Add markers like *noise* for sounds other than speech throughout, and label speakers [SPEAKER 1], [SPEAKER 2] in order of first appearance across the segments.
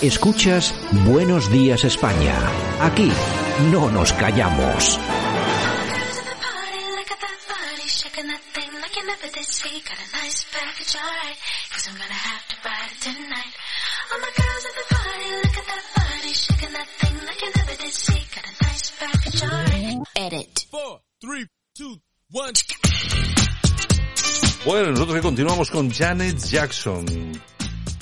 [SPEAKER 1] Escuchas Buenos Días España. Aquí no nos callamos.
[SPEAKER 2] Bueno, nosotros que continuamos con Janet Jackson.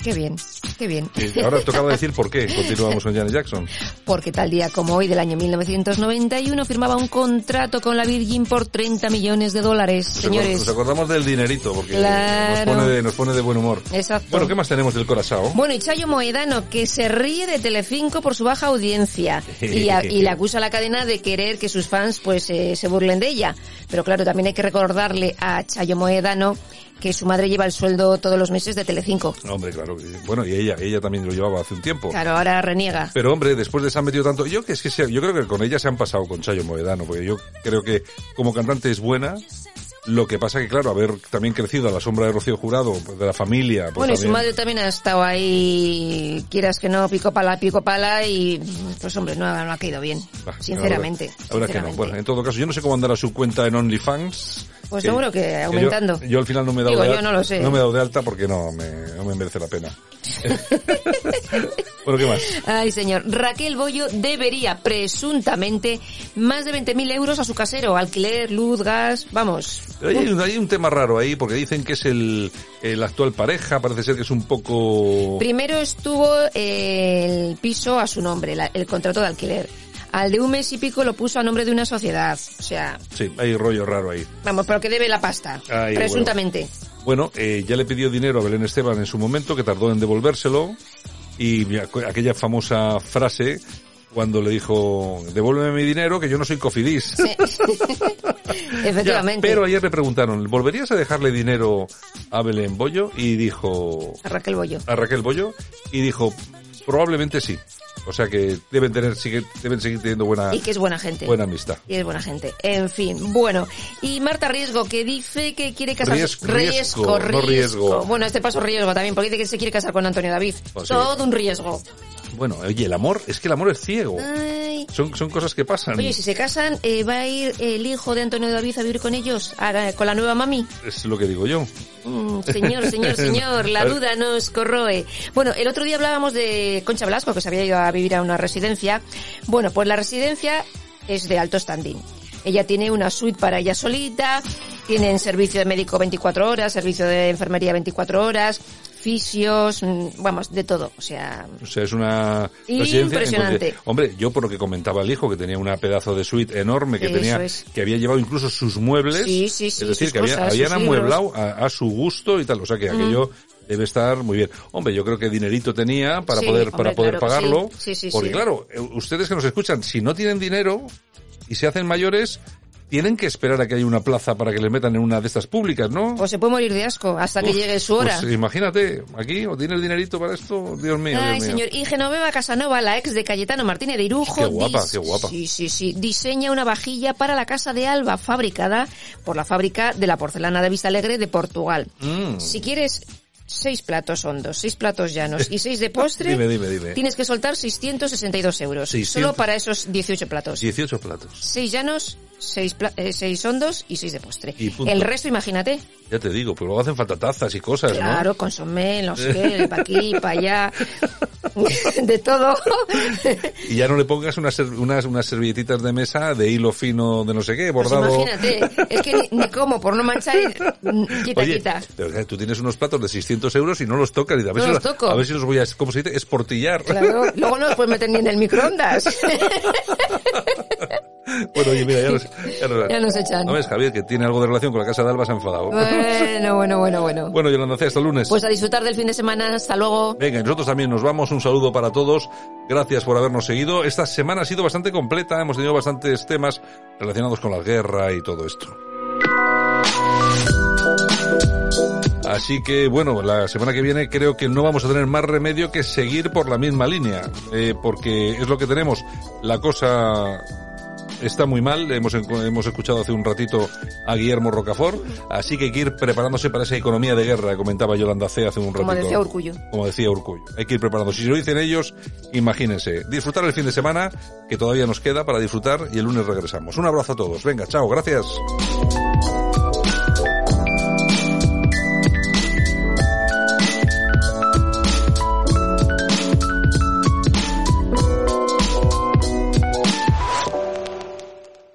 [SPEAKER 3] Qué bien, qué bien.
[SPEAKER 2] Eh, Ahora tocaba decir por qué continuamos con Janet Jackson.
[SPEAKER 3] Porque tal día como hoy del año 1991 firmaba un contrato con la Virgin por 30 millones de dólares,
[SPEAKER 2] Nos acor-
[SPEAKER 3] señores.
[SPEAKER 2] Nos acordamos del dinerito porque
[SPEAKER 3] Claro.
[SPEAKER 2] nos, pone de, nos pone de buen humor.
[SPEAKER 3] Exacto.
[SPEAKER 2] Bueno, ¿qué más tenemos del corazón?
[SPEAKER 3] Bueno, y Chayo Moedano, que se ríe de Telecinco por su baja audiencia y, a- y le acusa a la cadena de querer que sus fans pues eh, se burlen de ella. Pero claro, también hay que recordarle a Chayo Moedano que su madre lleva el sueldo todos los meses de Telecinco.
[SPEAKER 2] Hombre, claro. que sí. Bueno, y ella, ella también lo llevaba hace un tiempo.
[SPEAKER 3] Claro, ahora reniega.
[SPEAKER 2] Pero hombre, después de se han metido tanto, yo que es que se- yo creo que con ella se han pasado con Chayo Moedano, porque yo creo que como cantante es buena. Lo que pasa que claro, haber también crecido a la sombra de Rocío Jurado, pues, de la familia, pues
[SPEAKER 3] bueno, y su
[SPEAKER 2] también-
[SPEAKER 3] madre también ha estado ahí, quieras que no, pico pala, pico pala, y pues hombre, no, ha- no ha caído bien,
[SPEAKER 2] Ah, la
[SPEAKER 3] sinceramente.
[SPEAKER 2] verdad- la verdad que no.
[SPEAKER 3] sinceramente.
[SPEAKER 2] Bueno, en todo caso, yo no sé cómo andará su cuenta en OnlyFans.
[SPEAKER 3] Pues seguro que
[SPEAKER 2] yo-
[SPEAKER 3] aumentando.
[SPEAKER 2] Yo, al final no me he dado
[SPEAKER 3] Digo,
[SPEAKER 2] de
[SPEAKER 3] yo
[SPEAKER 2] al-
[SPEAKER 3] no lo sé.
[SPEAKER 2] me he dado de alta porque no me, no me merece la
[SPEAKER 3] *laughs*
[SPEAKER 2] pena. bueno, ¿qué más?
[SPEAKER 3] Ay, señor. Raquel Bollo debería, presuntamente, más de 20.000 euros a su casero. Alquiler, luz, gas, vamos.
[SPEAKER 2] Pero hay, un- hay un tema raro ahí porque dicen que es el, el actual pareja, parece ser que es un poco...
[SPEAKER 3] Primero estuvo eh, el piso a su nombre, la- el contrato de alquiler. Al de un mes y pico lo puso a nombre de una sociedad. O sea,
[SPEAKER 2] Sí, hay rollo raro ahí.
[SPEAKER 3] vamos, pero que debe la pasta,
[SPEAKER 2] Ay,
[SPEAKER 3] presuntamente.
[SPEAKER 2] Bueno, eh, ya le pidió dinero a Belén Esteban en su momento, que tardó en devolvérselo. Y mira, cu- aquella famosa frase cuando le dijo, devuélveme mi dinero, que yo no soy cofidis.
[SPEAKER 3] Sí.
[SPEAKER 2] Ya,
[SPEAKER 3] Efectivamente.
[SPEAKER 2] *laughs* pero ayer le preguntaron, ¿volverías a dejarle dinero a Belén Bollo? Y dijo,
[SPEAKER 3] A Raquel Bollo.
[SPEAKER 2] a Raquel Bollo, y dijo, probablemente sí. O sea que deben tener, sigue- deben seguir teniendo buena,
[SPEAKER 3] Y que es buena gente.
[SPEAKER 2] Ah. buena amistad.
[SPEAKER 3] Y es buena gente. En fin, bueno. Y Marta Riesgo, que dice que quiere casarse...
[SPEAKER 2] Riesgo, riesgo, no riesgo.
[SPEAKER 3] Bueno, este paso riesgo también, porque dice que se quiere casar con Antonio David.
[SPEAKER 2] Pues sí.
[SPEAKER 3] Todo un riesgo.
[SPEAKER 2] Bueno, oye, el amor, es que el amor es ciego.
[SPEAKER 3] Ay.
[SPEAKER 2] Son, son cosas que pasan.
[SPEAKER 3] Ah. Oye, si se casan, eh, ¿va a ir el hijo de Antonio David a vivir con ellos? A la- ¿Con la nueva mami?
[SPEAKER 2] Es lo que digo yo.
[SPEAKER 3] Mm, señor,
[SPEAKER 2] *laughs*
[SPEAKER 3] señor, señor, la duda nos corroe. Bueno, el otro día hablábamos de Concha Blasco, que se había ido a vivir a una residencia. Bueno, pues la residencia es de alto standing. Ella tiene una suite para ella solita, tienen servicio de médico 24 horas, servicio de enfermería 24 horas, fisios, mm, vamos, de todo. O sea,
[SPEAKER 2] O sea, es una residencia en
[SPEAKER 3] Impresionante.
[SPEAKER 2] condiciones- Hombre, yo por lo que comentaba el hijo, que tenía una pedazo de suite enorme, que
[SPEAKER 3] Eso
[SPEAKER 2] tenía,
[SPEAKER 3] es.
[SPEAKER 2] que había llevado incluso sus muebles.
[SPEAKER 3] Sí, sí, sí,
[SPEAKER 2] es decir,
[SPEAKER 3] sus
[SPEAKER 2] que había-
[SPEAKER 3] cosas,
[SPEAKER 2] habían
[SPEAKER 3] sus
[SPEAKER 2] amueblado a, a su gusto y tal. O sea, que aquello debe estar muy bien. Hombre, yo creo que dinerito tenía para
[SPEAKER 3] Sí,
[SPEAKER 2] poder,
[SPEAKER 3] hombre,
[SPEAKER 2] para poder
[SPEAKER 3] claro,
[SPEAKER 2] pagarlo.
[SPEAKER 3] sí, sí, sí,
[SPEAKER 2] porque
[SPEAKER 3] sí.
[SPEAKER 2] claro, eh, ustedes que nos escuchan, si no tienen dinero y se hacen mayores, tienen que esperar a que haya una plaza para que les metan en una de estas públicas, ¿no?
[SPEAKER 3] pues se puede morir de asco hasta que
[SPEAKER 2] Uf,
[SPEAKER 3] llegue su hora.
[SPEAKER 2] pues imagínate, aquí, o tienes dinerito para esto, Dios mío.
[SPEAKER 3] Ay,
[SPEAKER 2] Dios mío.
[SPEAKER 3] señor. Y Genoveva Casanova, la ex de Cayetano Martínez de Irujo.
[SPEAKER 2] Qué guapa,
[SPEAKER 3] dis-
[SPEAKER 2] qué guapa.
[SPEAKER 3] Sí, sí, sí. Diseña una vajilla para la casa de Alba, fabricada por la fábrica de la porcelana de Vista Alegre de Portugal.
[SPEAKER 2] Mm.
[SPEAKER 3] Si quieres seis platos hondos, seis platos llanos y seis
[SPEAKER 2] *laughs*
[SPEAKER 3] de postre,
[SPEAKER 2] Dime, dime, dime.
[SPEAKER 3] tienes que soltar 662 euros.
[SPEAKER 2] 600.
[SPEAKER 3] Solo para esos 18 platos.
[SPEAKER 2] 18 platos.
[SPEAKER 3] Seis llanos, seis, pla- eh, seis hondos y seis de postre.
[SPEAKER 2] Y punto.
[SPEAKER 3] El resto, imagínate,
[SPEAKER 2] Ya te digo, pero luego hacen falta tazas y cosas,
[SPEAKER 3] Claro, consomé, los que, para aquí, para allá, *laughs* de todo.
[SPEAKER 2] ¿no? Y ya no le pongas unas, ser- unas, unas servilletitas de mesa de hilo fino de no sé qué,
[SPEAKER 3] Pues
[SPEAKER 2] bordado.
[SPEAKER 3] imagínate, es que ni, ni como, por no manchar, y- quita,
[SPEAKER 2] Oye,
[SPEAKER 3] quita.
[SPEAKER 2] pero, eh, tú tienes unos platos de 600 euros y no los tocas. Y a ver,
[SPEAKER 3] No
[SPEAKER 2] si
[SPEAKER 3] los toco.
[SPEAKER 2] a ver si los voy a, ¿cómo se dice? Esportillar.
[SPEAKER 3] Claro, luego no los puedes meter ni en el microondas.
[SPEAKER 2] *laughs*
[SPEAKER 3] *laughs*
[SPEAKER 2] bueno, oye, mira, ya nos, ya
[SPEAKER 3] *laughs*
[SPEAKER 2] nos,
[SPEAKER 3] Ya nos echan.
[SPEAKER 2] ¿No ves, Javier, que tiene algo de relación con la casa de Alba, se ha enfadado.
[SPEAKER 3] Bueno, bueno, bueno, bueno.
[SPEAKER 2] bueno, Yolanda, C, hasta el lunes.
[SPEAKER 3] Pues a disfrutar del fin de semana, hasta luego.
[SPEAKER 2] Venga, y nosotros también nos vamos. Un saludo para todos. Gracias por habernos seguido. Esta semana ha sido bastante completa. Hemos tenido bastantes temas relacionados con la guerra y todo esto. Así que, bueno, la semana que viene creo que no vamos a tener más remedio que seguir por la misma línea, eh, porque es lo que tenemos. La cosa está muy mal. Hemos, encu- hemos escuchado hace un ratito a Guillermo Rocafort. Así que hay que ir preparándose para esa economía de guerra, que comentaba Yolanda C. hace un ratito.
[SPEAKER 3] Como decía Urcullu.
[SPEAKER 2] Como decía Urcullu. Hay que ir preparándose. Si lo dicen ellos, imagínense. Disfrutar el fin de semana, que todavía nos queda para disfrutar, y el lunes regresamos. Un abrazo a todos. Venga, chao, gracias.